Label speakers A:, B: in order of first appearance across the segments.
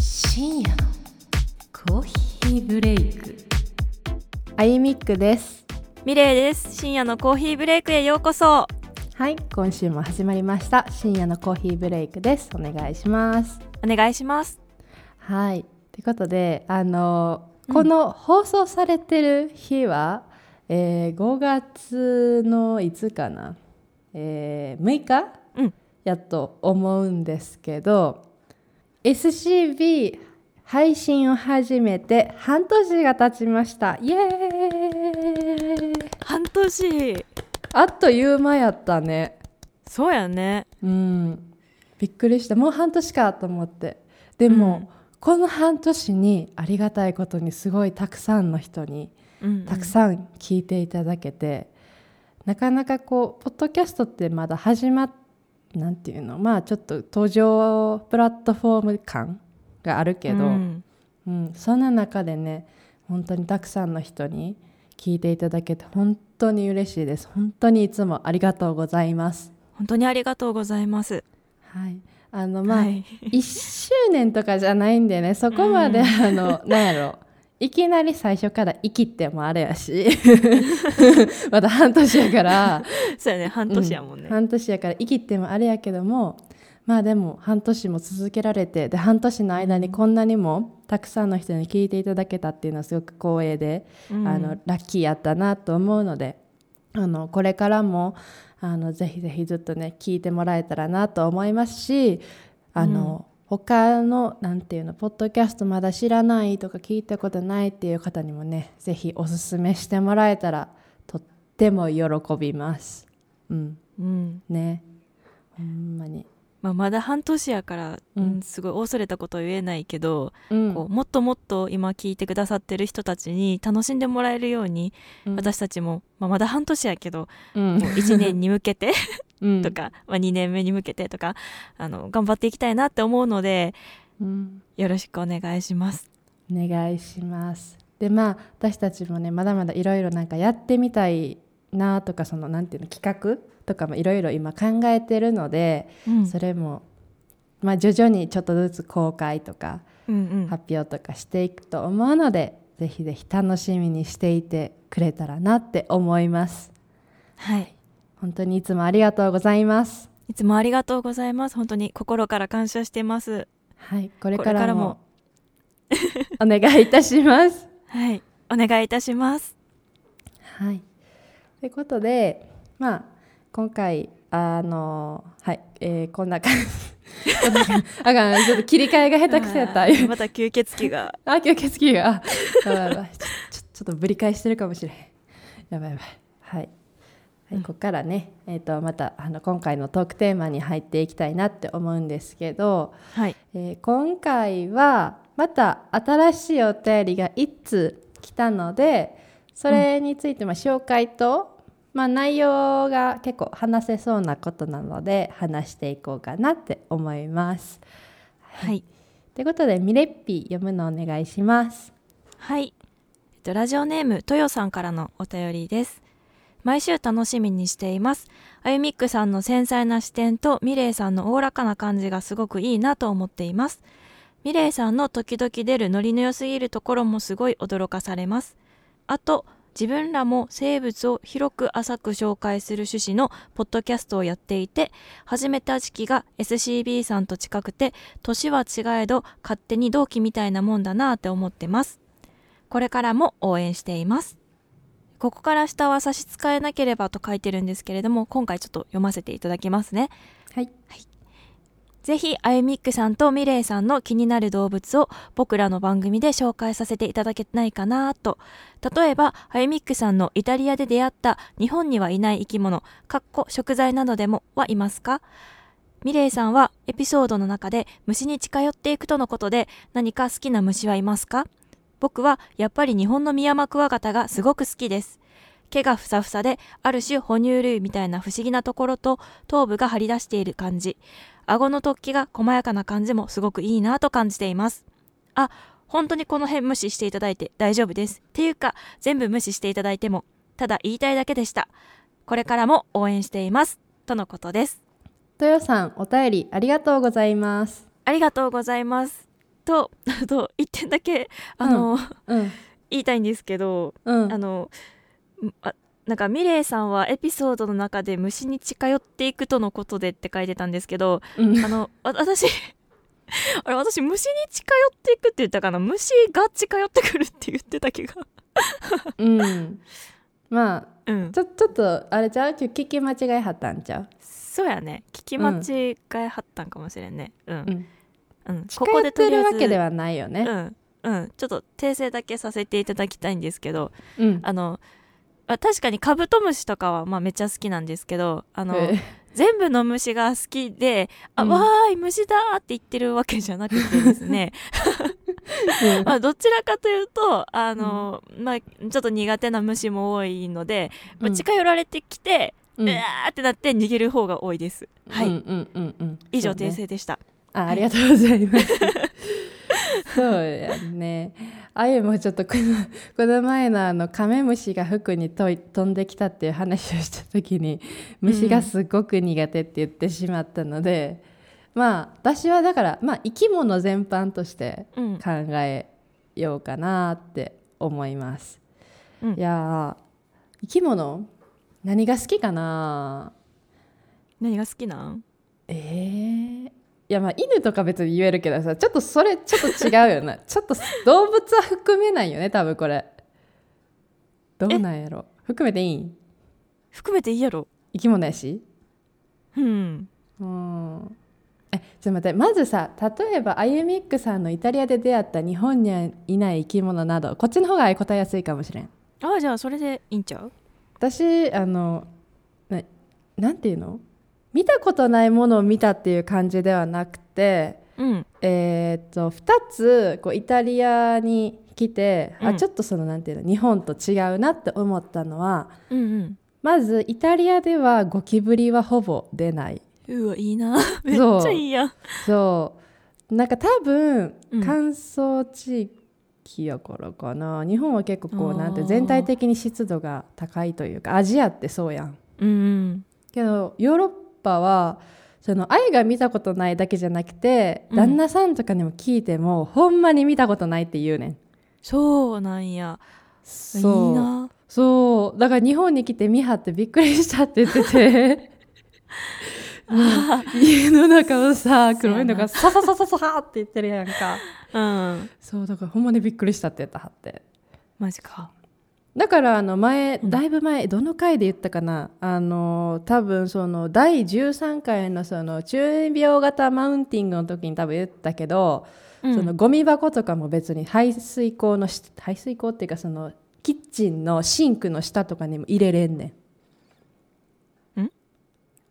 A: 深夜のコーヒーブレイク
B: あゆみっくです
C: ミレイです深夜のコーヒーブレイクへようこそ
B: はい今週も始まりました深夜のコーヒーブレイクですお願いします
C: お願いします
B: はいということであのこの放送されてる日は、えー5月のいつかな、えー6日、
C: うん
B: やと思うんですけど SCB 配信を始めて半年が経ちましたイエーイ
C: 半年
B: あっという間やったね
C: そうやね
B: うんびっくりしたもう半年かと思ってでも、
C: うん
B: この半年にありがたいことにすごいたくさんの人に
C: うん
B: たくさん聞いていただけて、なかなかこうポッドキャストってまだ始まっなんていうのまあちょっと登場プラットフォーム感があるけど、
C: うん
B: うん、そんな中でね本当にたくさんの人に聞いていただけて本当に嬉しいです本当にいつもありがとうございます
C: 本当にありがとうございます
B: はいあのまあ、
C: はい、
B: 1周年とかじゃないんでねそこまで、
C: うん
B: あのなんやろいきなり最初から「生き」ってもあれや し まだ半年やから
C: そうやね半年やもんね、
B: う半年やから生きってもあれやけどもまあでも半年も続けられてで半年の間にこんなにもたくさんの人に聞いていただけたっていうのはすごく光栄で、
C: うん
B: あのラッキーやったなと思うのであのこれからもあのぜひぜひずっとね聞いてもらえたらなと思いますしあの、他のなんていうのポッドキャストまだ知らないとか聞いたことないっていう方にもねぜひおすすめしてもらえたらとっても喜びます。うん
C: うん
B: ねほんまに、
C: まあ、まだ半年やから、
B: う
C: うんん、すごい恐れたことは言えないけど、
B: うん
C: こうもっともっと今聞いてくださってる人たちに楽しんでもらえるように、
B: うん
C: 私たちも、まあ、まだ半年やけど、
B: うん
C: こう1年に向けて
B: うん
C: とか、まあ、2年目に向けてとかあの頑張っていきたいなって思うので
B: うん
C: よろしくお願いします。
B: お願いしますでまあ私たちもねまだまだいろいろなんかやってみたいなとかそのなんていうの企画とかもいろいろ今考えてるので、
C: うん
B: それも、まあ、徐々にちょっとずつ公開とか
C: うんうん
B: 発表とかしていくと思うので、ぜひぜひ楽しみにしていてくれたらなって思います
C: はい、
B: 本当にいつもありがとうございます
C: いつもありがとうございます本当に心から感謝してます。
B: はい、これ
C: こ
B: か
C: れからら
B: も
C: も
B: お願いいたします。
C: はい、お願いいたします。
B: はい。ということで、まあ今回あのはい、えーこんな 感じ。こんな感じあかんちょっと切り替えが下手くそやった。
C: あーまた吸血鬼が
B: あ、吸血鬼が。あやばいやばい。ちょちょちょっとぶり返してるかもしれん。やばいやばい。はい。はい、ここからね、えっ、とまたあの今回のトークテーマに入っていきたいなって思うんですけど、
C: はい、
B: えー今回はまた新しいお便りが1通来たのでそれについてまあ紹介と、まあ、内容が結構話せそうなことなので話していこうかなって思います。
C: はい、
B: ということでミレッピ読むのお願いします。
C: はい。えっとラジオネームとよさんからのお便りです。毎週楽しみにしています。あゆみっくさんの繊細な視点とミレイさんのおおらかな感じがすごくいいなと思っています。ミレイさんの時々出るノリの良すぎるところもすごい驚かされます。あと、自分らも生物を広く浅く紹介する趣旨のポッドキャストをやっていて、始めた時期が SCB さんと近くて、年は違えど勝手に同期みたいなもんだなぁって思ってます。これからも応援しています。ここから下は差し支えなければと書いてるんですけれども、今回ちょっと読ませていただきますね。
B: はい、
C: ぜひあゆみっくさんとミレイさんの気になる動物を僕らの番組で紹介させていただけないかなと例えばあゆみっくさんのイタリアで出会った日本にはいない生き物かっこ食材などでもはいますかミレイさんはエピソードの中で虫に近寄っていくとのことで何か好きな虫はいますか僕はやっぱり日本のミヤマクワガタがすごく好きです毛がふさふさである種哺乳類みたいな不思議なところと頭部が張り出している感じ顎の突起が細やかな感じもすごくいいなと感じていますあ本当にこの辺無視していただいて大丈夫ですっていうか全部無視していただいてもただ言いたいだけでしたこれからも応援していますとのことです
B: 豊さんお便りありがとうございます。
C: ありがとうございますと あと1点だけあの、
B: うん
C: 言いたいんですけど
B: うん
C: あのんあなんかミレイさんはエピソードの中で虫に近寄っていくとのことでって書いてたんですけど
B: うん
C: あのわ私 あれ私虫に近寄っていくって言ったかな虫が近寄ってくるって言ってた気が
B: うんまあ
C: うん
B: ちょちょっとあれちゃう今日聞き間違えはったんちゃう、
C: そうやね聞き間違えはったんかもしれんねうん
B: うん、
C: うん、こ
B: 近
C: こ
B: 寄
C: で
B: っ
C: と
B: て
C: り
B: る
C: あえず
B: わけではないよね
C: うん、うん、ちょっと訂正だけさせていただきたいんですけど
B: うん
C: あのあ確かにカブトムシとかはまあめっちゃ好きなんですけどあの
B: え
C: 全部の虫が好きで「あ、
B: うん
C: わーい虫だ!」って言ってるわけじゃなくてですね、
B: うん
C: まあ、どちらかというとあの、まあ、ちょっと苦手な虫も多いので、まあ、
B: うん
C: 近寄られてきて、う
B: うん
C: わーってなって逃げる方が多いです。はい、
B: うんうんうんうん
C: 以上
B: そうね
C: 訂正でした。
B: あありがとうござい ます。そうやね。あゆもちょっとこのこの前のあのカメムシが服にとい飛んできたっていう話をした時に虫がすごく苦手って言ってしまったので、まあ私はだから、まあ、生き物全般として
C: うん
B: 考えようかなって思います。
C: うん
B: いやー生き物何が好きかな
C: 何が好きなん
B: えー、いやまあ犬とか別に言えるけどさちょっとそれちょっと違うよな ちょっと動物は含めないよね多分これどうなんやろ含めていいん
C: 含めていいやろ。
B: 生き物やし
C: うん。
B: うんえちょっと待ってまずさ例えばあゆみっくさんのイタリアで出会った日本にはいない生き物などこっちの方が答えやすいかもしれん
C: ああじゃあそれでいいんちゃう
B: 私あのななんていうの見たことないものを見たっていう感じではなくて
C: うん。
B: えー、と2つこうイタリアに来て、
C: うん
B: あちょっとそのなんていうの日本と違うなって思ったのは
C: うんうん。
B: まずイタリアではゴキブリはほぼ出ないう
C: わいいなめっ ち
B: そう
C: ゃいいやん
B: そうなんか多分
C: うん
B: 乾燥地域やからかな、日本は結構こ
C: あー
B: うなんて全体的に湿度が高いというかアジアってそうやん
C: うんうん
B: けどヨーロッパはその愛が見たことないだけじゃなくて、
C: うん
B: 旦那さんとかにも聞いてもほんまに見たことないって言うねん
C: そうなんやいい
B: そう
C: な
B: そうだから日本に来て見張ってびっくりしたって言ってて
C: あ
B: 家の中をさ
C: そうやな
B: 黒いのがササササササって言ってるやん か
C: うん
B: そうだからほんまにびっくりしたって言ったはって
C: マジか
B: だからあの前
C: うん
B: だいぶ前、どの回で言ったかなあの多分その第13回のその中二病型マウンティングの時に多分言ったけど、
C: うん
B: そのゴミ箱とかも別に排水口のし排水口っていうかそのキッチンのシンクの下とかにも入れれんねん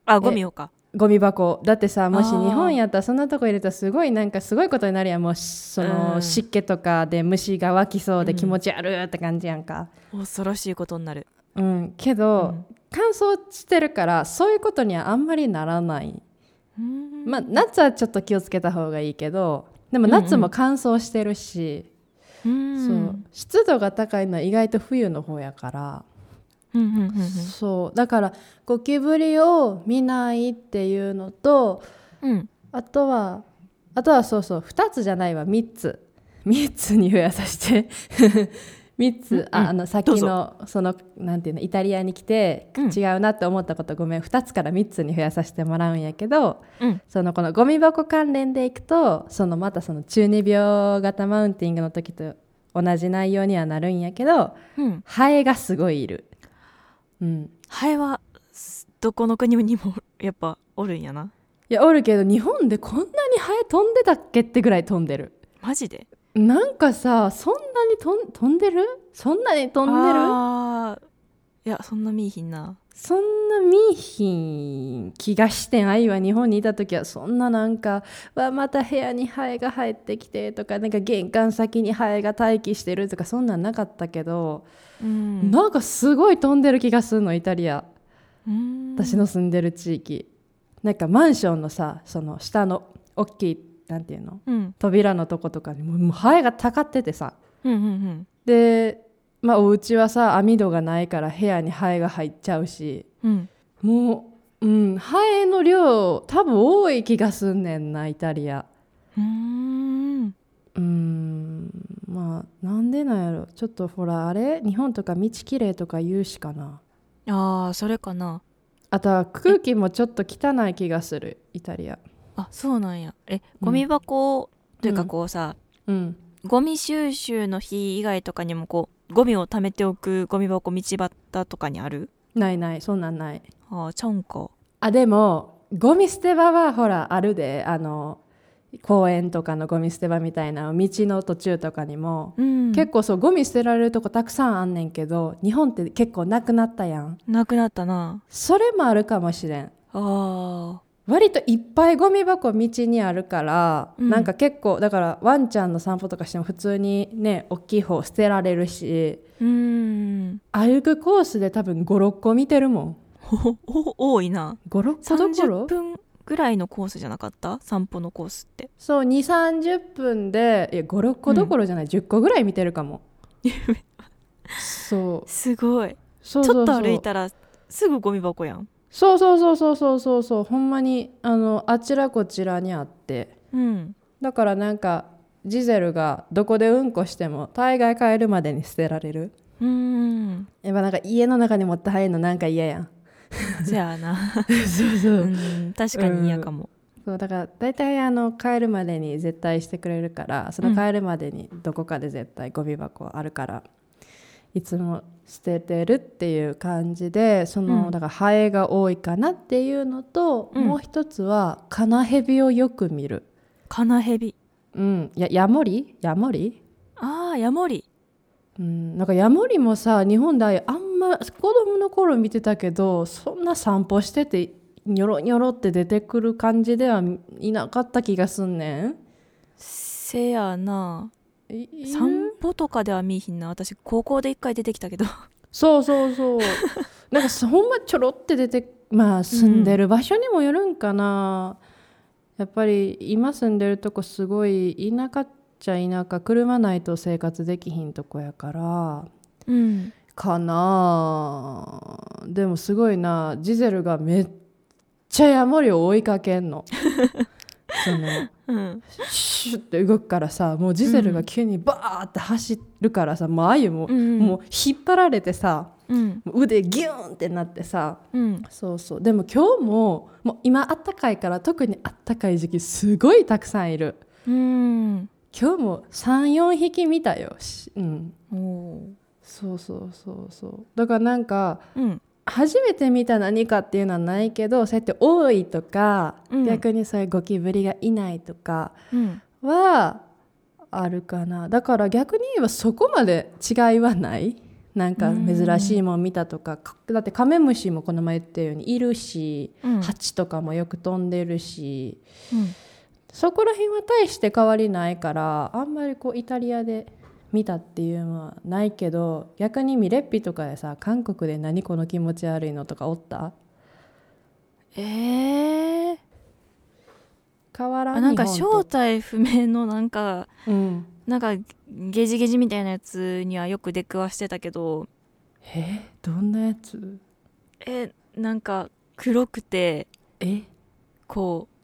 C: あゴミをか
B: ゴミ箱だってさもし
C: あー
B: 日本やったらそんなとこ入れたらすごいなんかすごいことになるやんもうその、
C: うん
B: 湿気とかで虫が湧きそう
C: う
B: で
C: ん
B: 気持ち悪いって感じやんか、
C: 恐ろしいことになる
B: うんけ
C: う
B: ど、
C: ん
B: 乾燥してるからそういうことにはあんまりならない、ま
C: ま
B: あ夏はちょっと気をつけた方がいいけどでも夏も乾燥してるし、
C: そう
B: そう湿度が高いのは意外と冬の方やから、
C: うんうんうん
B: そうだからゴキブリを見ないっていうのと
C: うんうん
B: あとはあとはそうそう2つじゃないわ3つ3つに増やさせて3つ、
C: うん
B: ああのさっ
C: どう
B: き
C: ぞ
B: のそのなんていうのイタリアに来て、
C: うん
B: 違うなって思ったことごめん2つから3つに増やさせてもらうんやけど
C: うん
B: そのこのゴミ箱関連でいくとそのまたその中二病型マウンティングの時と同じ内容にはなるんやけど
C: うん
B: ハエがすごいいる。うん、
C: ハエはすどこの国にもやっぱおるんやない
B: やおるけど日本でこんなにハエ飛んでたっけってぐらい飛んでる
C: マジで
B: なんかさそんなにとん飛んでるそんなに飛んでる
C: あーいやそんな見いひんな
B: そんな見いひん気がしてん愛は日本にいた時はそんななんか「わまた部屋にハエが入ってきて」とかなんか玄関先にハエが待機してるとかそんなんなかったけど、
C: うん
B: なんかすごい飛んでる気がするのイタリア
C: うん
B: 私の住んでる地域、なんかマンションのさその下の大きいなんていうの
C: うん
B: 扉のとことかにもうもうハエがたかっててさ
C: うんうんうん
B: で、まあ、お家はさ網戸がないから部屋にハエが入っちゃうし
C: うん
B: もう、うん、ハエの量多分多い気がすんねんなイタリア。
C: うーん
B: なんでなんやろちょっとほらあれ日本とか道きれいとか言うしかな
C: ああそれかな
B: あとは空気もちょっと汚い気がするイタリア
C: あそうなんやえゴミ箱、というかこうさ、
B: うん
C: ゴミ収集の日以外とかにもこうゴミを貯めておくゴミ箱道端とかにある
B: ないないそんなんない
C: ああちゃうんか
B: あでもゴミ捨て場はほらあるであの公園とかのゴミ捨て場みたいな道の途中とかにも、
C: うん
B: 結構そうゴミ捨てられるとこたくさんあんねんけど日本って結構なくなったやん
C: なくなったな
B: それもあるかもしれん
C: あー
B: 割といっぱいゴミ箱道にあるから、
C: うん
B: なんか結構だからワンちゃんの散歩とかしても普通にね大きい方捨てられるし
C: う ーん
B: 歩くコースで多分56個見てるもん
C: ほお多いな
B: 56個どこ
C: 30
B: ろ
C: 分ぐらいのコースじゃなかった散歩のコースって
B: そう2 3 0分でいや56個どころじゃない、10個ぐらい見てるかもそう
C: すごい
B: そう
C: ち
B: そ
C: ょ
B: う
C: っと
B: そう
C: 歩いたらすぐゴミ箱やん
B: そうそうそうそうそうそうそうほんまにあのあちらこちらにあって
C: うん
B: だからなんかジゼルがどこでうんこしても大概帰るまでに捨てられる
C: うーん
B: やっぱなんか家の中に持って入るのなんか嫌やん
C: じゃあな
B: そうそう
C: うん確かに嫌かも
B: そうだから大体あの帰るまでに絶対してくれるからその帰るまでにどこかで絶対ゴミ箱あるから、いつも捨ててるっていう感じでその、
C: うん
B: だからハエが多いかなっていうのと、
C: うん
B: もう一つはカナヘビをよく見る
C: カナヘビ
B: うんやヤモリヤモリ
C: ああヤモリ
B: うん、なんかヤモリもさ日本でああいうあんま子供の頃見てたけどそんな散歩しててニョロニョロって出てくる感じではいなかった気がすんね。
C: せやなん
B: いいる
C: 散歩とかでは見いひんな私高校で一回出てきたけど
B: そうそうそうなんかそほんまちょろって出てまあ住んでる場所にもよるんかな、やっぱり今住んでるとこすごい田舎っちゃ田舎車ないと生活できひんとこやから
C: うん
B: かなあでもすごいなジゼルがめっちゃヤモリを追いかけ んのその
C: うん
B: シュッて動くからさもうジゼルが急にバーって走るからさ、もうあゆも,、
C: うん
B: もう引っ張られてさ
C: うん
B: もう腕ギューンってなってさ
C: うん
B: そうそうでも今日ももう今あったかいから特にあったかい時期すごいたくさんいる
C: うん
B: 今日も34匹見たよ、しうん、
C: おー
B: そうそうそうそうだからなんか
C: うん
B: 初めて見た何かっていうのはないけどそうやって多いとか、
C: うん
B: 逆にそういうゴキブリがいないとか
C: うん
B: はあるかなだから逆に言えばそこまで違いはないなんか珍しいもん見たとかかだってカメムシもこの前言ったようにいるし、
C: うん
B: ハチとかもよく飛んでるし
C: うん
B: そこら辺は大して変わりないからあんまりこうイタリアで見たっていうのはないけど逆にミレッピとかでさ韓国で何この気持ち悪いのとかおった
C: えー、
B: 変わら
C: あなんか
B: 日本
C: 正
B: と
C: 体不明のなんか
B: うん
C: なんかゲジゲジみたいなやつにはよく出くわしてたけど
B: えどんなやつ
C: えなんか黒くて
B: え
C: こう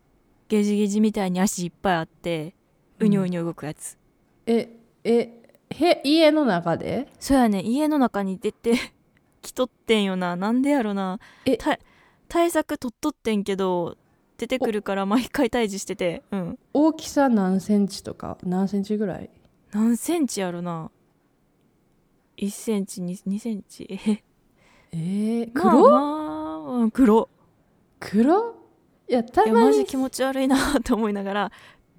C: ゲジゲジみたいに足いっぱいあってうにょうにょ動くやつ、
B: ええへ家の中で
C: そうやね家の中に出て きとってんよななんでやろな
B: え
C: た対策取っとってんけど出てくるから毎回退治しててうん
B: 大きさ何センチとか何センチぐらい
C: 何センチやろな1センチ 2, 2センチえへ
B: えー、
C: まあ
B: 黒、
C: まあうん黒
B: 黒いやた
C: いや
B: ま
C: マ
B: に
C: ジ気持ち悪いなと思いながら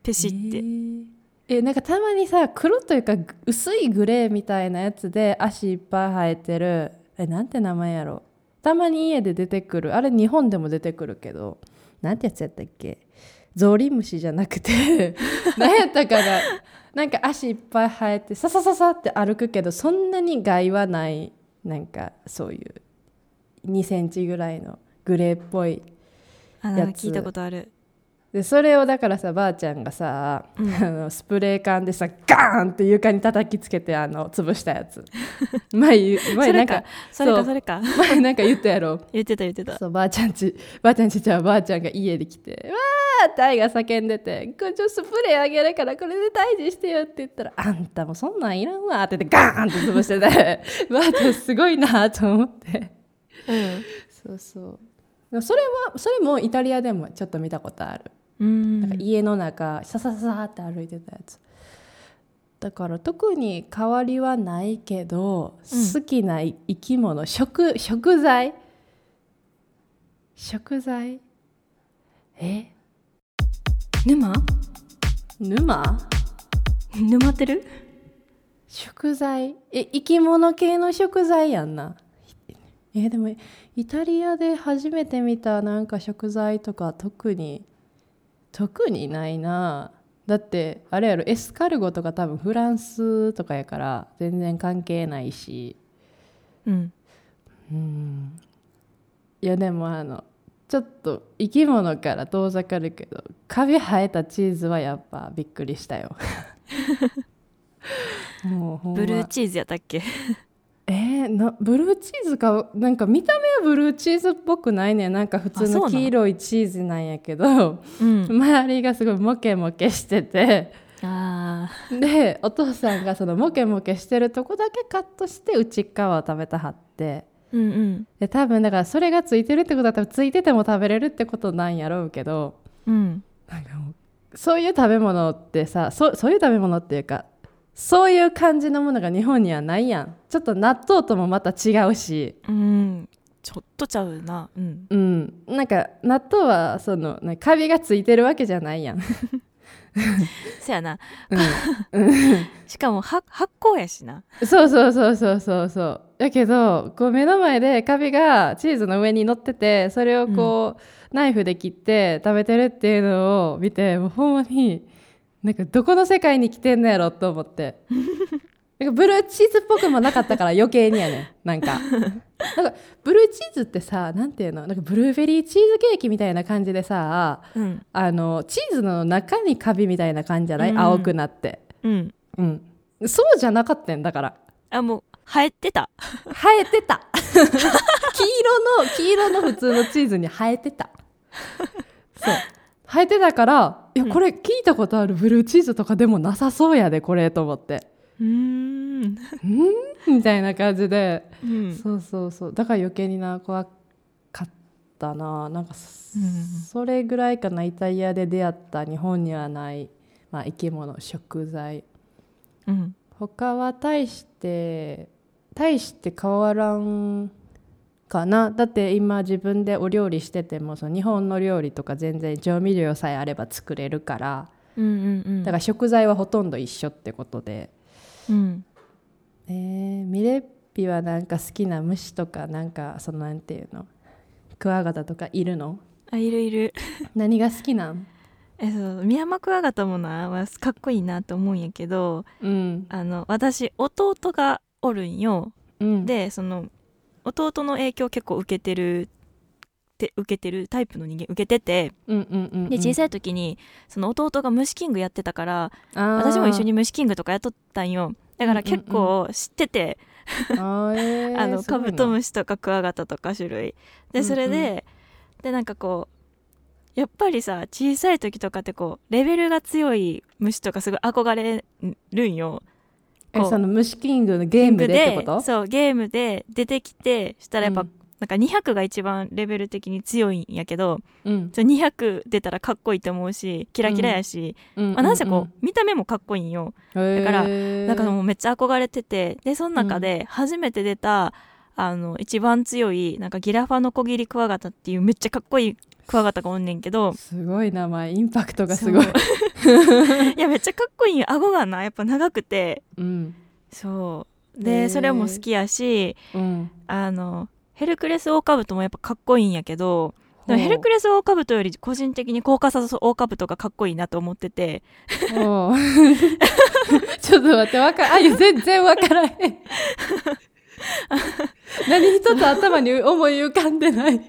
C: ペシって、
B: えーえなんかたまにさ黒というかぐ薄いグレーみたいなやつで足いっぱい生えてるえなんて名前やろたまに家で出てくるあれ日本でも出てくるけどなんてやつやったっけゾウリムシじゃなくて 何やったかななんか足いっぱい生えてささささって歩くけどそんなに害はないなんかそういう2センチぐらいのグレーっぽい
C: あなん
B: や
C: か
B: つ
C: 聞いたことある
B: でそれをだからさばあちゃんがさ、
C: うん
B: あのスプレー缶でさガーンって床に叩きつけてあの潰したやつ 前言う前
C: そ
B: なん
C: れ
B: か
C: かそれ
B: そ
C: か
B: う
C: それか
B: 前なんか言ったやろ
C: 言ってた言って た
B: そうばあちゃんちばあちゃんちじゃあばあちゃんが家で来て「わー!」って愛が叫んでて「これちょっとスプレーあげるからこれで退治してよ」って言ったら「あんたもそんなんいらんわ」って言ってガーンって潰してて ばあちゃんすごいなと思ってそうそうでもそれはそれもイタリアでもちょっと見たことある、
C: うん
B: なんか家の中さささって歩いてたやつだから特に変わりはないけど、
C: うん
B: 好きな生き物食食材食材え
C: 沼
B: 沼
C: 沼ってる
B: 食材え生き物系の食材やんなえでもイタリアで初めて見たなんか食材とか特に特にないなだってあれやろエスカルゴとか多分フランスとかやから全然関係ないし
C: うん
B: うんいやでもあのちょっと生き物から遠ざかるけどカビ生えたチーズはやっぱびっくりしたよもうほんま
C: ブルーチーズやったっけ
B: えー、なブルーチーズかなんか見た目はブルーチーズっぽくないねなんか普
C: あ
B: 通
C: そうな
B: の
C: の
B: 黄色いチーズなんやけど
C: うん
B: 周りがすごいモケモケしてて
C: あー
B: でお父さんがそのモケモケしてるとこだけカットして内っ側を食べたはって
C: うんうん
B: で多分だからそれがついてるってことは多分ついてても食べれるってことなんやろうけど
C: うん
B: なんかもうそういう食べ物ってさそそういう食べ物っていうかそういう感じのものが日本にはないやんちょっと納豆ともまた違うし。
C: うんちょっとちゃうなうん
B: うん、なんか納豆はその、ね、カビがついてるわけじゃないやん、
C: そやな
B: う、
C: しかもは発酵やしなん
B: そうそうそうそうそうそうやけどこう目の前でカビがチーズの上に乗っててそれをこう、ナイフで切って食べてるっていうのを見てもうほんまになんかどこの世界に来てんのやろと思ってなんかブルーチーズっぽくもなかったから余計にやねんなんかなんかブルーチーズってさなんていうのなんかブルーベリーチーズケーキみたいな感じでさ
C: うん
B: あのチーズの中にカビみたいな感じじゃない、
C: うん
B: 青くなって、
C: うん
B: うん、そうじゃなかったんだから
C: あもう生えてた
B: 生えてた 黄色の黄色の普通のチーズに生えてたそう生えてたからいや
C: うん
B: これ聞いたことあるブルーチーズとかでもなさそうやでこれと思って
C: うーん
B: うんみたいな感じで、
C: うん
B: そうそうそうだから余計にな怖かったななんかそ,、
C: うん
B: それぐらいかなイタリアで出会った日本にはない、まあ、生き物食材
C: うん
B: 他は大して大して変わらんかなだって今自分でお料理しててもその日本の料理とか全然調味料さえあれば作れるから
C: うんうんうん
B: だから食材はほとんど一緒ってことで、
C: うん
B: えーミレッピはなんか好きな虫とかなんかそのなんていうのクワガタとかいるの
C: あいるいる
B: 何が好きなん
C: えそうミヤマクワガタもな、まあ、かっこいいなと思うんやけど
B: うん、
C: あの私弟がおるんよ
B: うん、
C: でその弟の影響結構受けてるって受けてるタイプの人間受けてて
B: うんうんうんうん
C: で小さい時にその弟が虫キングやってたから
B: あー
C: 私も一緒に虫キングとかやっとったんよだから結構知ってて、
B: あー、えー
C: あの
B: すご
C: カ
B: いな
C: ブトムシとかクワガタとか種類
B: うんう
C: で
B: ん
C: それで、でなんかこうやっぱりさ小さい時とかってこうレベルが強い虫とかすごい憧れるんよ
B: え
C: こう
B: その虫キングのゲームでってこと
C: そうゲームで出てきてしたらやっぱ、
B: うん
C: なんか200が一番レベル的に強いんやけど
B: うん
C: ちょ200出たらかっこいいと思うしキラキラやし、まあ、なんせこう、見た目もかっこいいんよ
B: うん
C: だから
B: へー
C: だからもうめっちゃ憧れててでその中で初めて出た、あの一番強いなんかギラファノコギリクワガタっていうめっちゃかっこいいクワガタがおんねんけど
B: すごい名前インパクトがすごい
C: そう いやめっちゃかっこいいんよ顎がなやっぱ長くて
B: うん
C: そう
B: へ
C: で
B: ー
C: それも好きやし
B: うん
C: あのヘルクレスオオカブトもやっぱかっこいいんやけどでもヘルク
B: レ
C: レスオオカブトより個人的にコーカサスオオカブトがかっこいいなと思ってて
B: スち ょっと待ってわかあいや全然わからへ ん何一つ頭に思い浮かんでない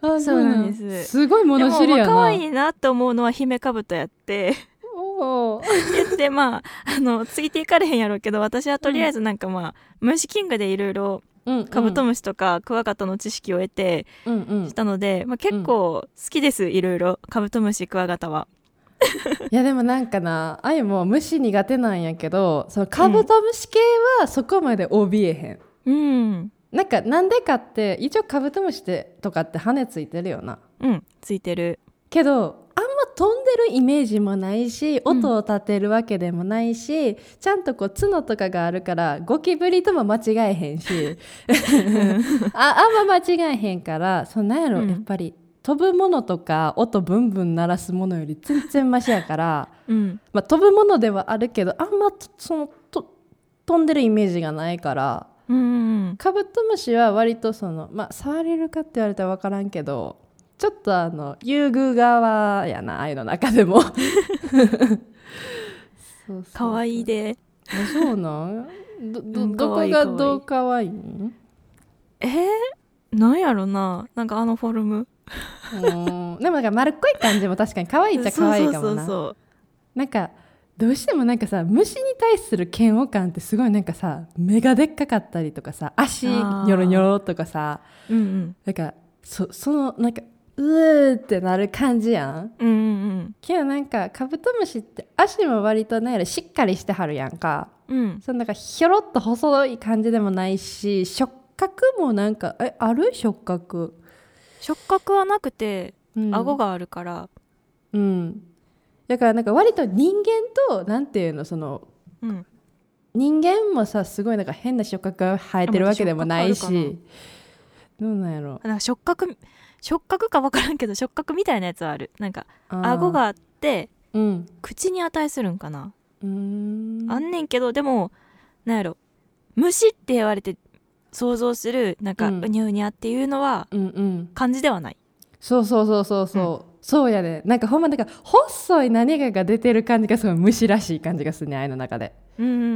B: あ
C: そうなんです
B: そうなのすごい物知りやな
C: でもまあ可愛いなと思うのは姫かぶとやって
B: おお
C: 言ってまああのついていかれへんやろうけど私はとりあえずなんかまあ、虫キングでいろいろカブトムシとかクワガタの知識を得て
B: うんうん
C: し、たので、まあ、結構好きですいろいろカブトムシクワガタは。
B: いやでもなんかなあゆも虫苦手なんやけどそのカブトムシ系はそこまで怯えへん、
C: うん、
B: なんかなんでかって一応カブトムシってとかって羽ついてるよな
C: うん、ついてる。
B: けどあんま飛んでるイメージもないし
C: うん
B: 音を立てるわけでもないし、ちゃんとこう角とかがあるからゴキブリとも間違えへんしああんま間違えへんからそんなんやろ、
C: うん
B: やっぱり飛ぶものとか音ブンブン鳴らすものより全然マシやから。
C: うん、
B: まあ、飛ぶものではあるけどあんまとそのと飛んでるイメージがないから
C: うん、うん、
B: カブトムシは割とその、まあ、触れるかって言われたら分からんけどちょっとあの優遇側やな愛の中でもそうそう
C: 可愛いで。
B: あそうなんどど
C: うん
B: ど
C: 可愛
B: こ
C: い
B: がどう可愛いん
C: えー、なんやろな、なんかあのフォルム。
B: うんでもなんか丸っこい感じも確かに可愛いっちゃ可愛いかも
C: そうそう
B: な
C: そう
B: なんかどうしてもなんかさ虫に対する嫌悪感ってすごいなんかさ目がでっかかったりとかさ足ニ
C: あー
B: ョロニョロとかさ
C: そう。うん、
B: なんかそそのなんかうーってなる感じやん
C: うん、うん、うん、
B: けどなんかカブトムシって足も割とねしっかりしてはるやんか
C: うん、うん。
B: そのなんかひょろっと細い感じでもないし触覚もなんかえある触覚、
C: 触覚はなくて、
B: うん、
C: 顎があるから。
B: うんだからなんか割と人間となんていうのその
C: うん、
B: 人間もさすごいなんか変な触覚が生えてるわけでもない
C: あまた触
B: しどうなんやろ
C: なんか触覚、触覚かわからんけど、触覚みたいなやつはある。なんか、
B: あー
C: 顎があって、
B: うん
C: 口に値するんかな。
B: うーん
C: あんねんけどでもなんやろ虫って言われて想像するなんか、う
B: うん
C: にゃうにゃっていうのは
B: うんうん
C: 感じではない
B: そうそうそうそうそう、そうやねなんかほんまなんか細い何かが出てる感じがすごい虫らしい感じがするね愛の中で
C: うんうんう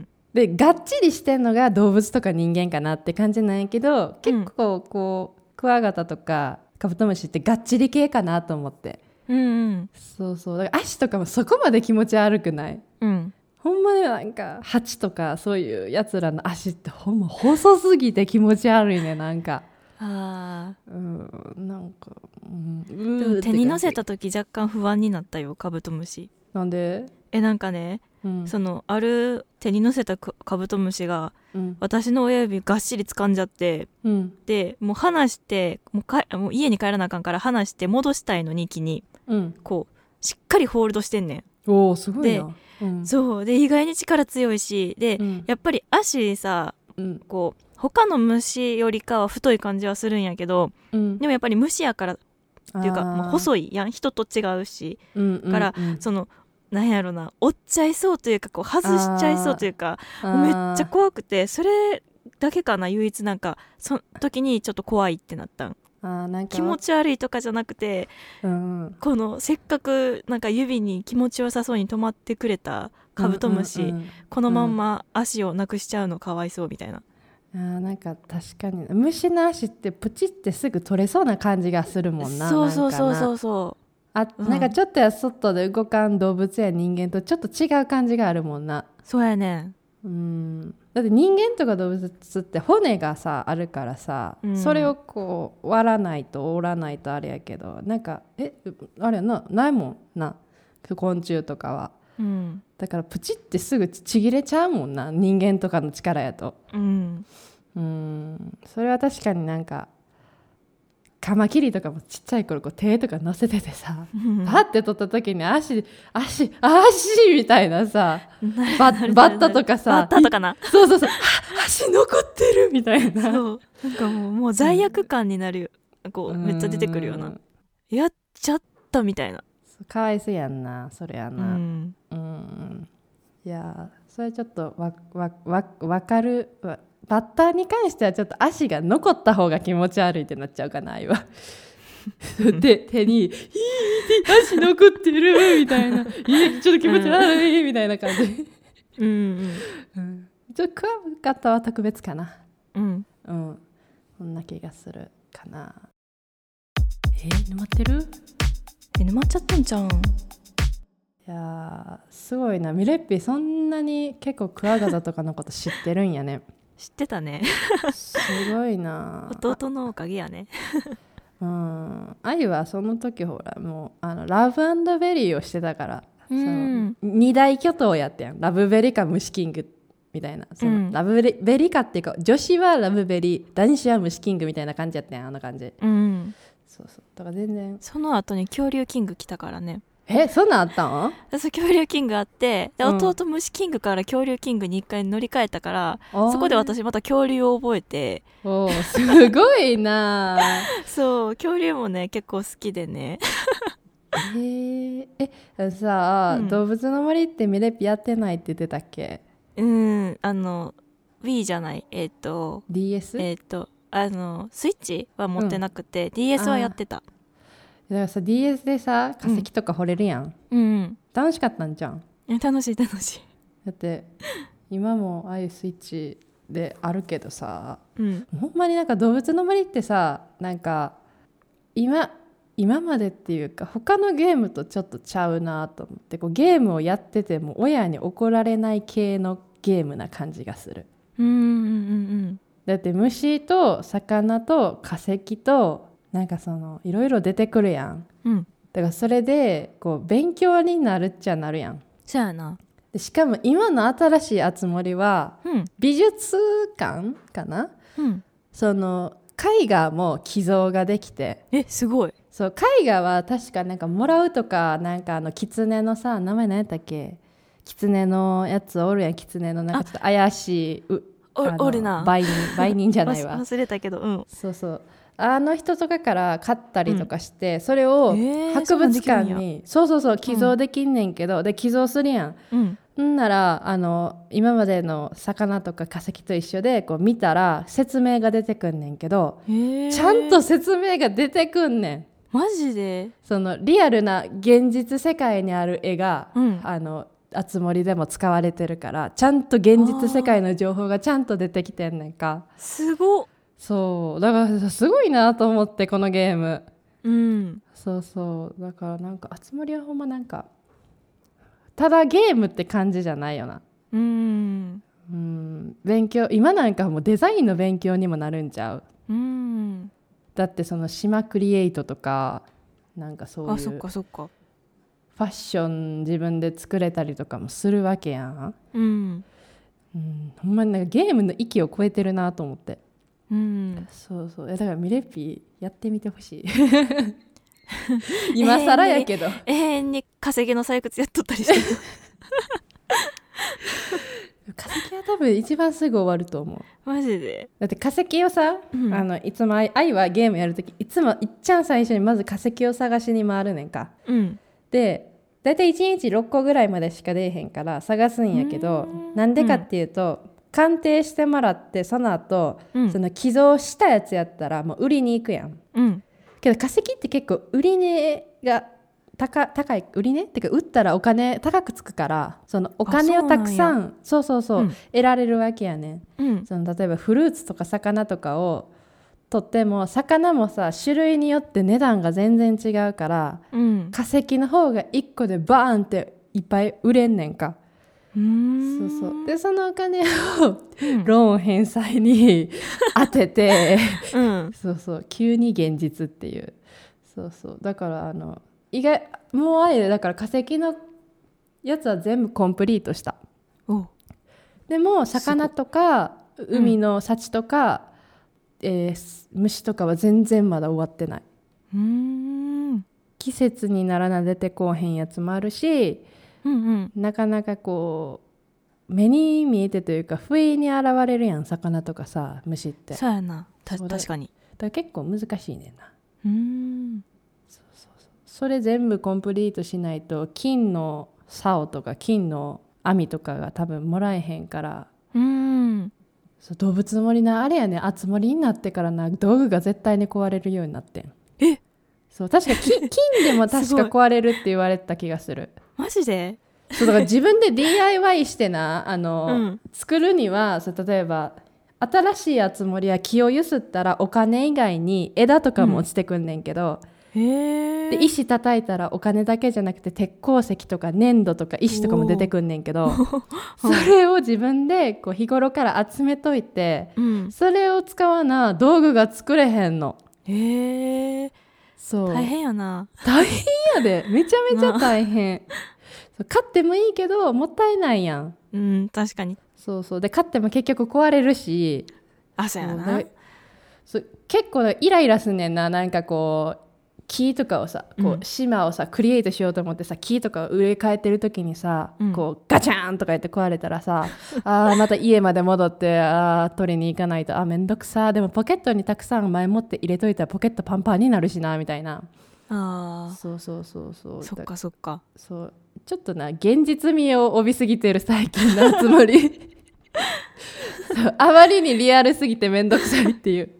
C: ん
B: でがっちりしてんのが動物とか人間かなって感じなんやけど結構こう、クワガタとかカブトムシってがっちり系かなと思って
C: うんうん
B: そうそうだから足とかもそこまで気持ち悪くない
C: うん
B: ほんまになんかハチとかそういうやつらの足ってほんま細すぎて気持ち悪いねなんか
C: あ
B: うんなんか、うん、
C: ー
B: う
C: で
B: ーって
C: も手
B: 感じ
C: に乗せた時若干不安になったよカブトムシ
B: なんで、
C: えなんかね、
B: うん
C: そのある手に乗せたくカブトムシが
B: うん
C: 私の親指がっしり掴んじゃって
B: うんで
C: でもう離してもうかもう家に帰らなあかんから離して戻したいのに木に
B: うん
C: こうしっかりホールドしてんねん
B: おおすごいなうん
C: そうで意外に力強いしで、
B: うん
C: やっぱり足さ
B: うん
C: こう他の虫よりかは太い感じはするんやけど
B: うん
C: でもやっぱり虫やからっていうかまあ、
B: い
C: 細いやん人と違うしから
B: うん
C: そのなんやろな折っちゃいそうというかこう外しちゃいそうというかもうめっちゃ怖くてそれだけかな唯一なんかその時にちょっと怖いってなったん
B: あーあーなんか
C: 気持ち悪いとかじゃなくて
B: うんうん
C: このせっかくなんか指に気持ちよさそうに止まってくれたカブトムシ、
B: うんうんうん
C: このまんま足をなくしちゃうのかわいそうみたいな、
B: あーなんか確かに虫の足ってプチってすぐ取れそうな感じがするもんな
C: そうそうそう
B: なんかな
C: そうそ
B: あ
C: うん
B: なんかちょっとやそっとで動かん動物や人間とちょっと違う感じがあるもんな
C: うそうやねん
B: うんだって人間とか動物って骨がさあるからさ、
C: うん
B: それをこう割らないと折らないとあれやけどなんかえあれやなないもんな昆虫とかは
C: うん、
B: だからプチってすぐちぎれちゃうもんな人間とかの力やと
C: うん、
B: うんそれは確かになんかカマキリとかもちっちゃい頃こう手とか乗せててさ パッて取った時に足足足みたいなさバッバッタとか
C: バッ
B: さ
C: タとか な
B: そうそうそう あ足残ってるみたいな
C: そうなんかもうもう罪悪感になるよこうめっちゃ出てくるよう
B: う
C: なんやっちゃったみたいな、
B: そうかわいそうやんなそれや
C: う
B: なうん
C: ん、
B: いやーそれちょっとわわわわかるわバッターに関してはちょっと足が残った方が気持ち悪いってなっちゃうかな愛 はで手に「いい足残ってる」みたいな「いいちょっと気持ち悪い」みたいな感 じ、
C: うんうん
B: うん、ちょっとクワガタは特別かな
C: うん
B: うんそんな気がするかなえー沼ってる
C: え沼っちゃったんじゃん
B: いやーすごいなミレッピそんなに結構クワガタとかのこと知ってるんやね
C: 知ってたね
B: すごいな
C: 弟のおかげやね
B: うんアイはその時ほらもうあのラブベリーをしてたから、
C: うん
B: その二大巨頭やってやんラブベリーか虫キングみたいなその、
C: うん
B: ラブベリベリーかっていうか女子はラブベリー男子は虫キングみたいな感じやったやんあの感じ
C: うん
B: そうそうだから全然
C: その後に恐竜キング来たからね
B: えそんなんあったん
C: そう恐竜キングあってで
B: うん
C: 弟虫キングから恐竜キングに一回乗り換えたから、
B: あー
C: そこで私また恐竜を覚えて
B: おーすごいなあ
C: そう恐竜もね結構好きでね
B: えー、えあのさあ、
C: うん
B: 動物の森ってミレッピやってないって言ってたっけ
C: うんあの Wii じゃないえっ、と
B: DS?
C: えっ、とあのスイッチは持ってなくて、DS はやってた
B: だからさ DS でさ化石とか掘れるやん、
C: うん
B: 楽しかったんじゃん
C: え楽しい楽しい
B: だって今もああいうスイッチであるけどさ
C: うん
B: ほんまになんか動物の森ってさなんか今今までっていうか他のゲームとちょっとちゃうなと思ってこうゲームをやってても親に怒られない系のゲームな感じがする
C: うんうん
B: だって虫と魚と化石となんかそのいろいろ出てくるやん
C: うんうん
B: だからそれでこう勉強になるっちゃなるやん
C: そうやな
B: でしかも今の新しいあつ森は
C: うん
B: 美術館かな
C: うん
B: その絵画も寄贈ができて
C: えすごい
B: そう絵画は確かなんかもらうとかなんかあの狐のさ名前何やったっけ狐のやつおるやん狐のなんかちょっと怪しいう
C: お
B: あの
C: おるな
B: 売 人売人じゃない
C: 忘
B: わ
C: 忘れたけどうん
B: そうそうあの人とかから買ったりとかして、それを
C: えー
B: 博物
C: そんなん
B: 館
C: できるん
B: に、そうそうそう寄贈できんねんけど、で寄贈するやん
C: うん
B: んならあの今までの魚とか化石と一緒でこう見たら説明が出てくんねんけど、
C: へー
B: ちゃんと説明が出てくんねん
C: マジで
B: そのリアルな現実世界にある絵が、
C: うん
B: あのあつ森でも使われてるからちゃんと現実世界の情報がちゃんと出てきてんねんか
C: すごっ
B: そうだからすごいなと思ってこのゲーム
C: うん
B: そうそうだからなんかあつ森はほんまなんかただゲームって感じじゃないよな
C: うん
B: うん勉強今なんかもうデザインの勉強にもなるんちゃう
C: うん
B: だってその島クリエイトとかなんかそういう
C: あそっかそっか
B: ファッション自分で作れたりとかもするわけやん、
C: うん
B: うん、ほんまになんかゲームの域を超えてるなと思って
C: うん
B: そうそういやだからミレッピやってみてほ しい今更やけど、
C: 永遠に稼ぎの採掘やっとったりして る
B: 化石は多分一番すぐ終わると思う
C: マジで
B: だって化石をさ、
C: うん
B: あのいつも愛愛はゲームやるときいつもいっちゃん最初にまず化石を探しに回るねんか
C: うん
B: で大体1日6個ぐらいまでしか出えへんから探すんやけ
C: う
B: ど
C: ーん
B: なんでかっていうと、鑑定してもらってその後、
C: うん
B: その寄贈したやつやったらもう売りに行くやん
C: うん
B: けど化石って結構売り値が高高い売り値っていうか売ったらお金高くつくからそのお金をたくさんそうそうそう、
C: うん
B: 得られるわけやねん
C: うん
B: その例えばフルーツとか魚とかをとっても魚もさ種類によって値段が全然違うから
C: うん
B: 化石の方が1個でバーンっていっぱい売れんねんか
C: う
B: そ
C: ん
B: うそうでそのお金を
C: うん
B: ローン返済に 当てて
C: うん
B: そうそう急に現実っていうそうそうだからあの意外もうあれだから化石のやつは全部コンプリートした
C: お
B: でも魚とか
C: ん
B: 海の幸とか、えーす虫とかは全然まだ終わってない
C: うんうん
B: 季節にならな出てこうへんやつもあるし
C: うん
B: なかなかこう目に見えてというか不意に現れるやん魚とかさ虫ってだか
C: そうやなた
B: そうだ
C: 確かに
B: ら結構難しいねんな
C: うん
B: それ全部コンプリートしないと金の竿とか金の網とかが多分もらえへんから
C: うん
B: そう動物の森なあれやねあつ森になってからな道具が絶対に壊れるようになってん
C: え
B: そう確か金金でも確
C: す
B: か
C: ごい
B: 壊れるって言われてた気がする
C: マジで
B: そうだから自分で DIY してなあの、
C: うん
B: 作るにはそう例えば新しいあつ森は木をゆすったらお金以外に枝とかも落ちてくんねんけど、
C: へへえ
B: で石叩いたらお金だけじゃなくて鉄鉱石とか粘土とか石とかも出てくんねんけ どそれを自分でこう日頃から集めといて
C: うん
B: それを使わな道具が作れへんの。
C: へえ
B: そう
C: 大変やな
B: 大変やでめちゃめちゃ大 変そう買ってもいいけどもったいないやん
C: うん確かに
B: そうそうで買っても結局壊れるし
C: あそうや
B: そう
C: な
B: だそう結構イライラすんねんななんかこう木とかをさこ
C: うん
B: う島をさ、クリエイトしようと思ってさ木とかを植え替えてる時にさ、
C: うん
B: こうガチャーンとか言って壊れたら さあーまた家まで戻ってあー取りに行かないとあめんどくさでもポケットにたくさん前もって入れといたらポケットパンパンになるしなみたいな
C: あ
B: そうそうそうそ
C: ー
B: う
C: そっかそっか
B: そうちょっとな現実味を帯びすぎてる最近のつもり そうあまりにリアルすぎて面倒くさいっていう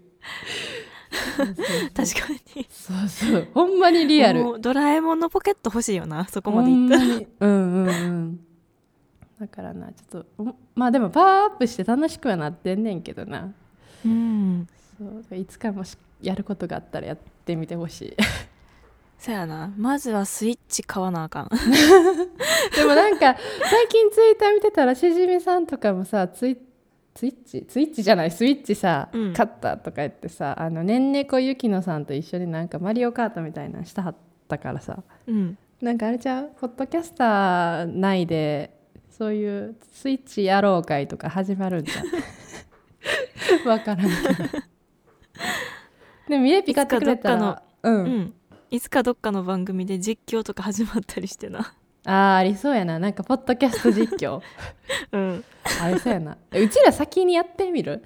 C: 確かに
B: そうそうほんまにリアル
C: も
B: こ
C: うドラえもんのポケット欲しいよなそこまでいったら
B: うんうんうんだからなちょっとおまあでもパワーアップして楽しくはなってんねんけどな
C: うん
B: そういつかもしやることがあったらやってみてほしい
C: そうやなまずはスイッチ買わなあかん
B: でもなんか最近ツイッター見てたらしじみさんとかもさツイツイッチツイッチじゃないスイッチさ、
C: うん
B: 買ったとか言ってさあのねんねこゆきのさんと一緒になんかマリオカートみたいなのしたはったからさ
C: うん
B: なんかあれじゃうポッドキャスター内でそういうスイッチやろう会とか始まるんじゃ んわからんけどでもミレピ買ってくれた
C: いつか
B: らう、
C: うんんいつかどっかの番組で実況とか始まったりしてな
B: あーありそうやななんかポッドキャスト実況
C: うん
B: あれそうやなえうちら先にやってみ る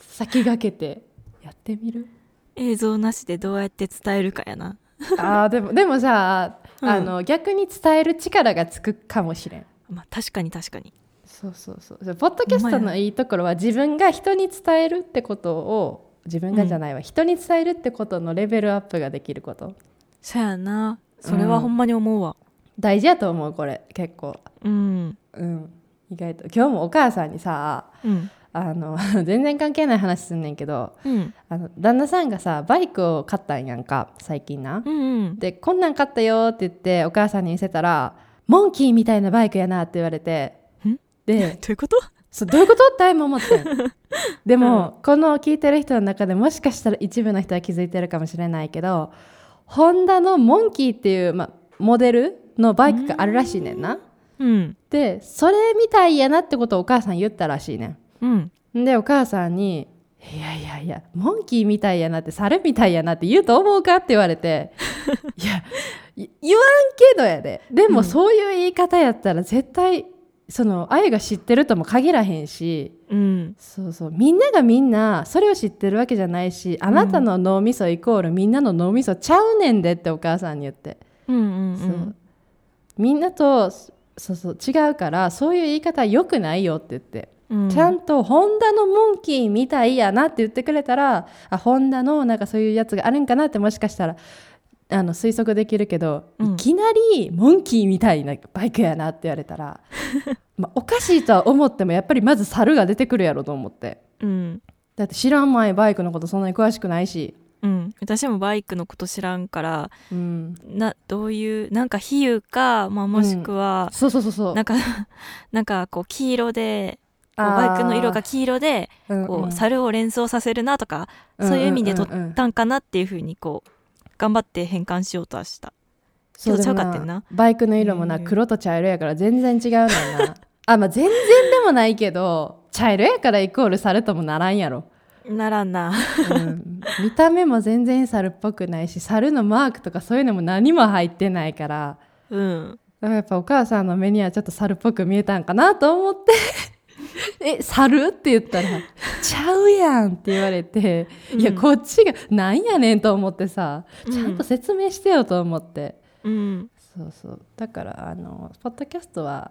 B: 先駆けてやってみる
C: 映像なしでどうやって伝えるかやな
B: あーでもでもさ、
C: うん
B: あの逆に伝える力がつくかもしれん
C: まあ確かに確かに
B: そうそうそうそうポッドキャスト
C: ほんま
B: のいいところは自分が人に伝えるってことを自分がじゃないわ、人に伝えるってことのレベルアップができること
C: そうやなそれはほんまに思うわ
B: 大事やと思うこれ結構
C: うん
B: うん意外と今日もお母さんにさ
C: うん
B: あの 全然関係ない話すんねんけど
C: うん
B: あの旦那さんがさバイクを買ったんやんか最近な
C: う。んうん
B: でこんなん買ったよって言ってお母さんに見せたら「モンキーみたいなバイクやな」って言われて
C: ん
B: で
C: どういうこと
B: そうどういうことっても 思ってんでも、この聞いてる人の中でもしかしたら一部の人は気づいてるかもしれないけどホンダのモンキーっていう、ま、モデルのバイクがあるらしいねんな。
C: うん
B: でそれみたいやなってことをお母さん言ったらしいねん。
C: うん
B: でお母さんに「いやいやいやモンキーみたいやなって猿みたいやなって言うと思うか?」って言われ て「いやい言わんけどやでで
C: う
B: も
C: ん
B: そういう言い方やったら絶対その愛が知ってるとも限らへんし
C: うん
B: そうそうみんながみんなそれを知ってるわけじゃないしあなたの脳みそイコールみんなの脳みそちゃうねんで」ってお母さんに言って。
C: うんう
B: そうんみんなとそうそう違うからそういう言い方は良くないよって言って。
C: うん
B: ちゃんとホンダのモンキーみたいやなって言ってくれたらあホンダのなんかそういうやつがあるんかなってもしかしたらあの推測できるけど、
C: うん
B: いきなりモンキーみたいなバイクやなって言われた ら、まあ、おかしいとは思ってもやっぱりまず猿が出てくるやろと思って
C: うん
B: だって知らん前バイクのことそんなに詳しくないし、
C: うん私もバイクのこと知らんから
B: うん、
C: などういうなんか比喩か、まあ、もしくは、
B: そうそうそうそう
C: なんか なんかこう黄色でこうバイクの色が黄色でこう、猿を連想させるなとか、そういう意味で撮っ
B: ん
C: たんかなっていうふうにこう頑張って変換しようとはした今日ちゃうかってんな
B: バイクの色もな
C: うん
B: 黒と茶色やから全然違うねん なあまあ全然でもないけど茶色やからイコール猿ともならんやろ、
C: ならんな
B: うん見た目も全然猿っぽくないし猿のマークとかそういうのも何も入ってないから
C: うん
B: だからやっぱお母さんの目にはちょっと猿っぽく見えたんかなと思って え猿って言ったら「ちゃうやん」って言われて、いや
C: うん
B: こっちがなんやねんと思ってさ
C: うん
B: ちゃんと説明してよと思って。
C: うん
B: そうそうだからあのポッドキャストは、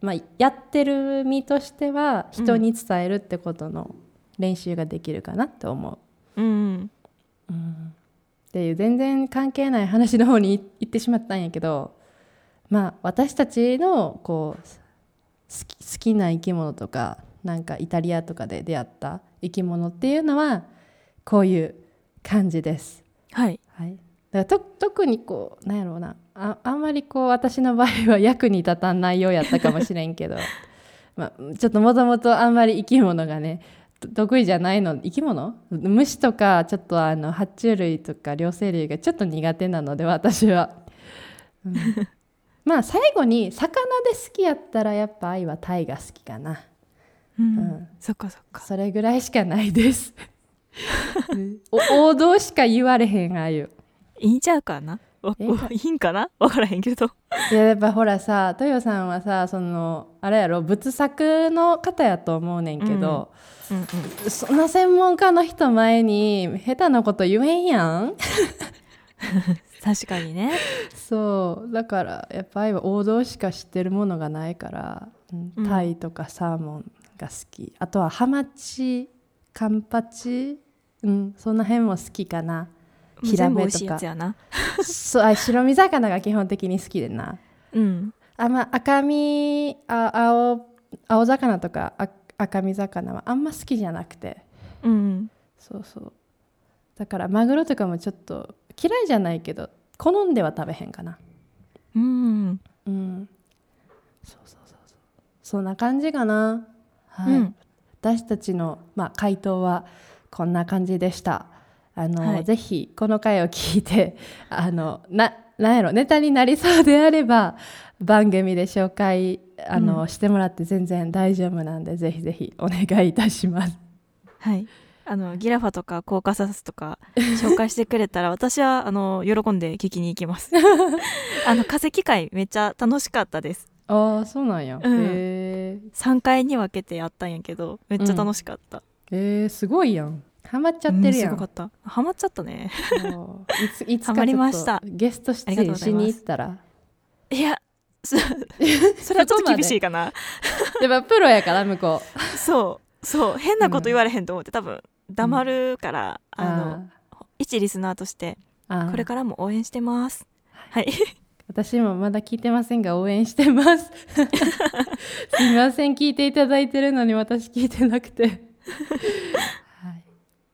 B: まあ、やってる身としては
C: うん
B: 人に伝えるってことの練習ができるかなって思う。
C: うん
B: っていう全然関係ない話の方に行ってしまったんやけど、まあ、私たちのこう好き好きな生き物とかなんかイタリアとかで出会った生き物っていうのはこういう感じです。
C: はい
B: はい、だからと特にこうなんやろうなああんまりこう私の場合は役に立たん内容やったかもしれんけど、 まあ、ちょっともともとあんまり生き物がねと得意じゃないの生き物虫とかちょっとあの爬虫類とか両生類がちょっと苦手なので私は。うんまあ最後に魚で好きやったらやっぱ愛はタイが好きかな
C: うん、
B: うん
C: そっかそっか
B: それぐらいしかないですお王道しか言われへんあゆ
C: いいんちゃうかなわ
B: えー
C: いいんかなわからへんけど
B: いややっぱほらさ豊さんはさそのあれやろ仏作の方やと思うねんけど、
C: うんうん
B: そんな専門家の人前に下手なこと言えんやん
C: 確かにね
B: そうだからやっぱ愛は王道しか知ってるものがないから、うん
C: うん
B: タイとかサーモンが好きあとはハマチカンパチうんその辺も好きかなヒラ
C: 全部
B: メ
C: 美
B: とか
C: 味しいやつやな
B: そうあ白身魚が基本的に好きでな
C: うん
B: あんま赤身あ青青魚とかあ赤身魚はあんま好きじゃなくて
C: うんうん
B: そうそうだからマグロとかもちょっと嫌いじゃないけど好んでは食べへんかな
C: うん
B: うんそうそうそうそうそんな感じかなはい、
C: うん
B: 私たちの、まあ、回答はこんな感じでしたあの、
C: はい
B: ぜひこの回を聞いて あのななんやろネタになりそうであれば番組で紹介あの、
C: うん
B: してもらって全然大丈夫なんでぜひぜひお願いいたします。
C: はいあのギラファとかコーカサスとか紹介してくれたら私はあの喜んで聞きに行き ますあの化石会めっちゃ楽しかったです
B: ああそうなんや、
C: うん
B: へ
C: 3回に分けてやったんやけどめっちゃ楽しかった、
B: ええーすごいやんハマっちゃってるやん、
C: うんすごかったハマっちゃったね
B: も ういついつかち
C: ハ
B: ょ
C: マりま
B: っ
C: し
B: と
C: た
B: ゲスト出演しに行ったら
C: い やそそれはちょっと厳しいかな
B: でもプロやから向こう
C: そうそう変なこと言われへんと思って、多分黙るから、あの一リスナーとして
B: あー
C: これからも応援してますはい、
B: 私もまだ聞いてませんが応援して ますすみません聞いていただいてるのに私聞いてなくて、はい、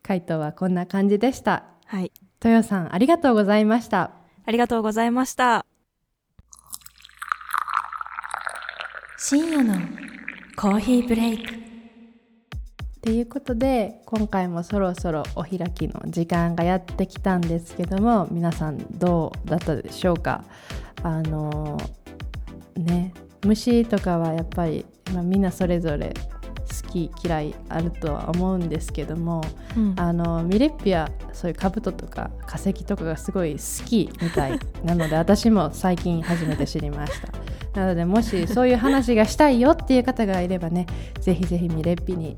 B: 回答はこんな感じでした
C: はい、
B: 豊さんありがとうございました
C: ありがとうございました
A: 深夜のコーヒーブレイク
B: ということで今回もそろそろお開きの時間がやってきたんですけども皆さんどうだったでしょうかあのね虫とかはやっぱり、まあみんなそれぞれ好き嫌いあるとは思うんですけども
C: うん
B: あのミレッピアそういうカブトとか化石とかがすごい好きみたいなので私も最近初めて知りました なのでもしそういう話がしたいよっていう方がいればね ぜひぜひミレッピに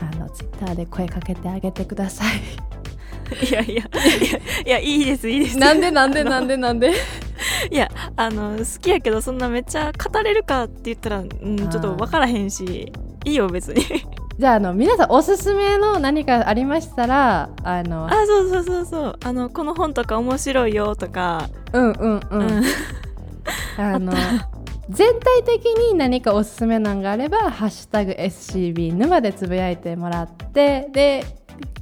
B: あのツイッターで声かけてあげてください
C: いやいやいやいやいいですいいで す
B: なんでなんでなんでなんで
C: いやあの好きやけどそんなめっちゃ語れるかって言ったら、うん、ちょっと分からへんしいいよ別に
B: じゃああの皆さんおすすめの何かありましたらあ の
C: あそうそうそうそうあのこの本とか面白いよと か、
B: うんうんう
C: うんん、
B: あの全体的に何かおすすめなんがあれば「ハッシュタグ #SCB 沼」でつぶやいてもらってで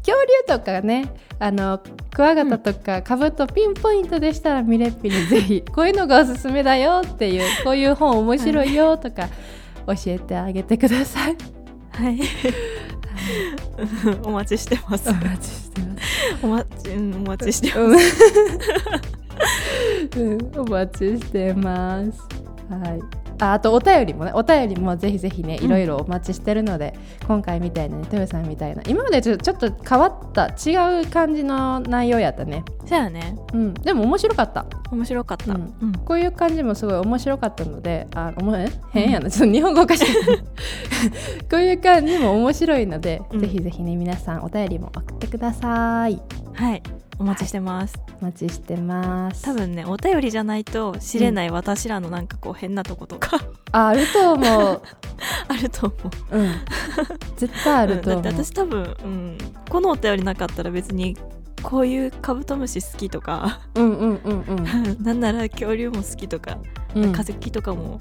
B: 恐竜とかねあのクワガタとかカブトピンポイントでしたらミレッピにぜひこういうのがおすすめだよっていうこういう本面白いよとか教えてあげてください。
C: はいお待ちしてます
B: お待ちしてます。
C: お待ち、うん、お待ちしてます
B: うん、うんお待ちしてます。はい。ああとお便りもねお便りもぜひぜひね
C: うん
B: いろいろお待ちしてるので、今回みたいなね豊さんみたいな今までちょちょっと変わった違う感じの内容やったね
C: そうやね
B: うんでも面白かった
C: 面白かった、
B: う
C: うんん
B: こういう感じもすごい面白かったのであおもえ変やなちょっと日本語おかしい こういう感じも面白いので、
C: うん
B: ぜひぜひね皆さんお便りも送ってください
C: はいお待ちしてます、
B: お待ちしてます
C: 多分ねお便りじゃないと知れない私らのなんかこう変なとことか
B: ああると思う
C: あると 思う
B: うん、絶対あると思
C: うん
B: う。
C: だって私多分、うん、このお便りなかったら別にこういうカブトムシ好きとか
B: うんうんうんうん
C: なんなら恐竜も好きとか、
B: うん。
C: 化石とかも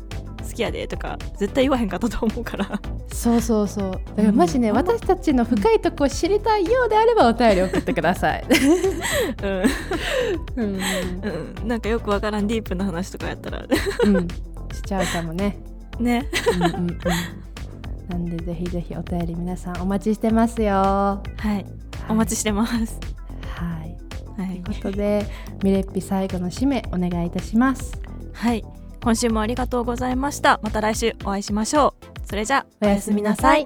C: 好きやで」とか絶対言わへんかったと思うから
B: そうそうそうだからもしね、
C: うん
B: 私たちの深いとこ知りたいようであればお便り送ってください、うん
C: うん、うん、なんかよくわからんディープな話とかやったら
B: うん、しちゃうかもね
C: ね
B: うんうんうんなんでぜひぜひお便り皆さんお待ちしてますよ
C: はいお待ちしてます
B: はい
C: は
B: とい、
C: いう
B: ことでミレッピ最後の締めお願いいたします
C: はい、今週もありがとうございましたまた来週お会いしましょうそれじゃあ
B: おやすみなさい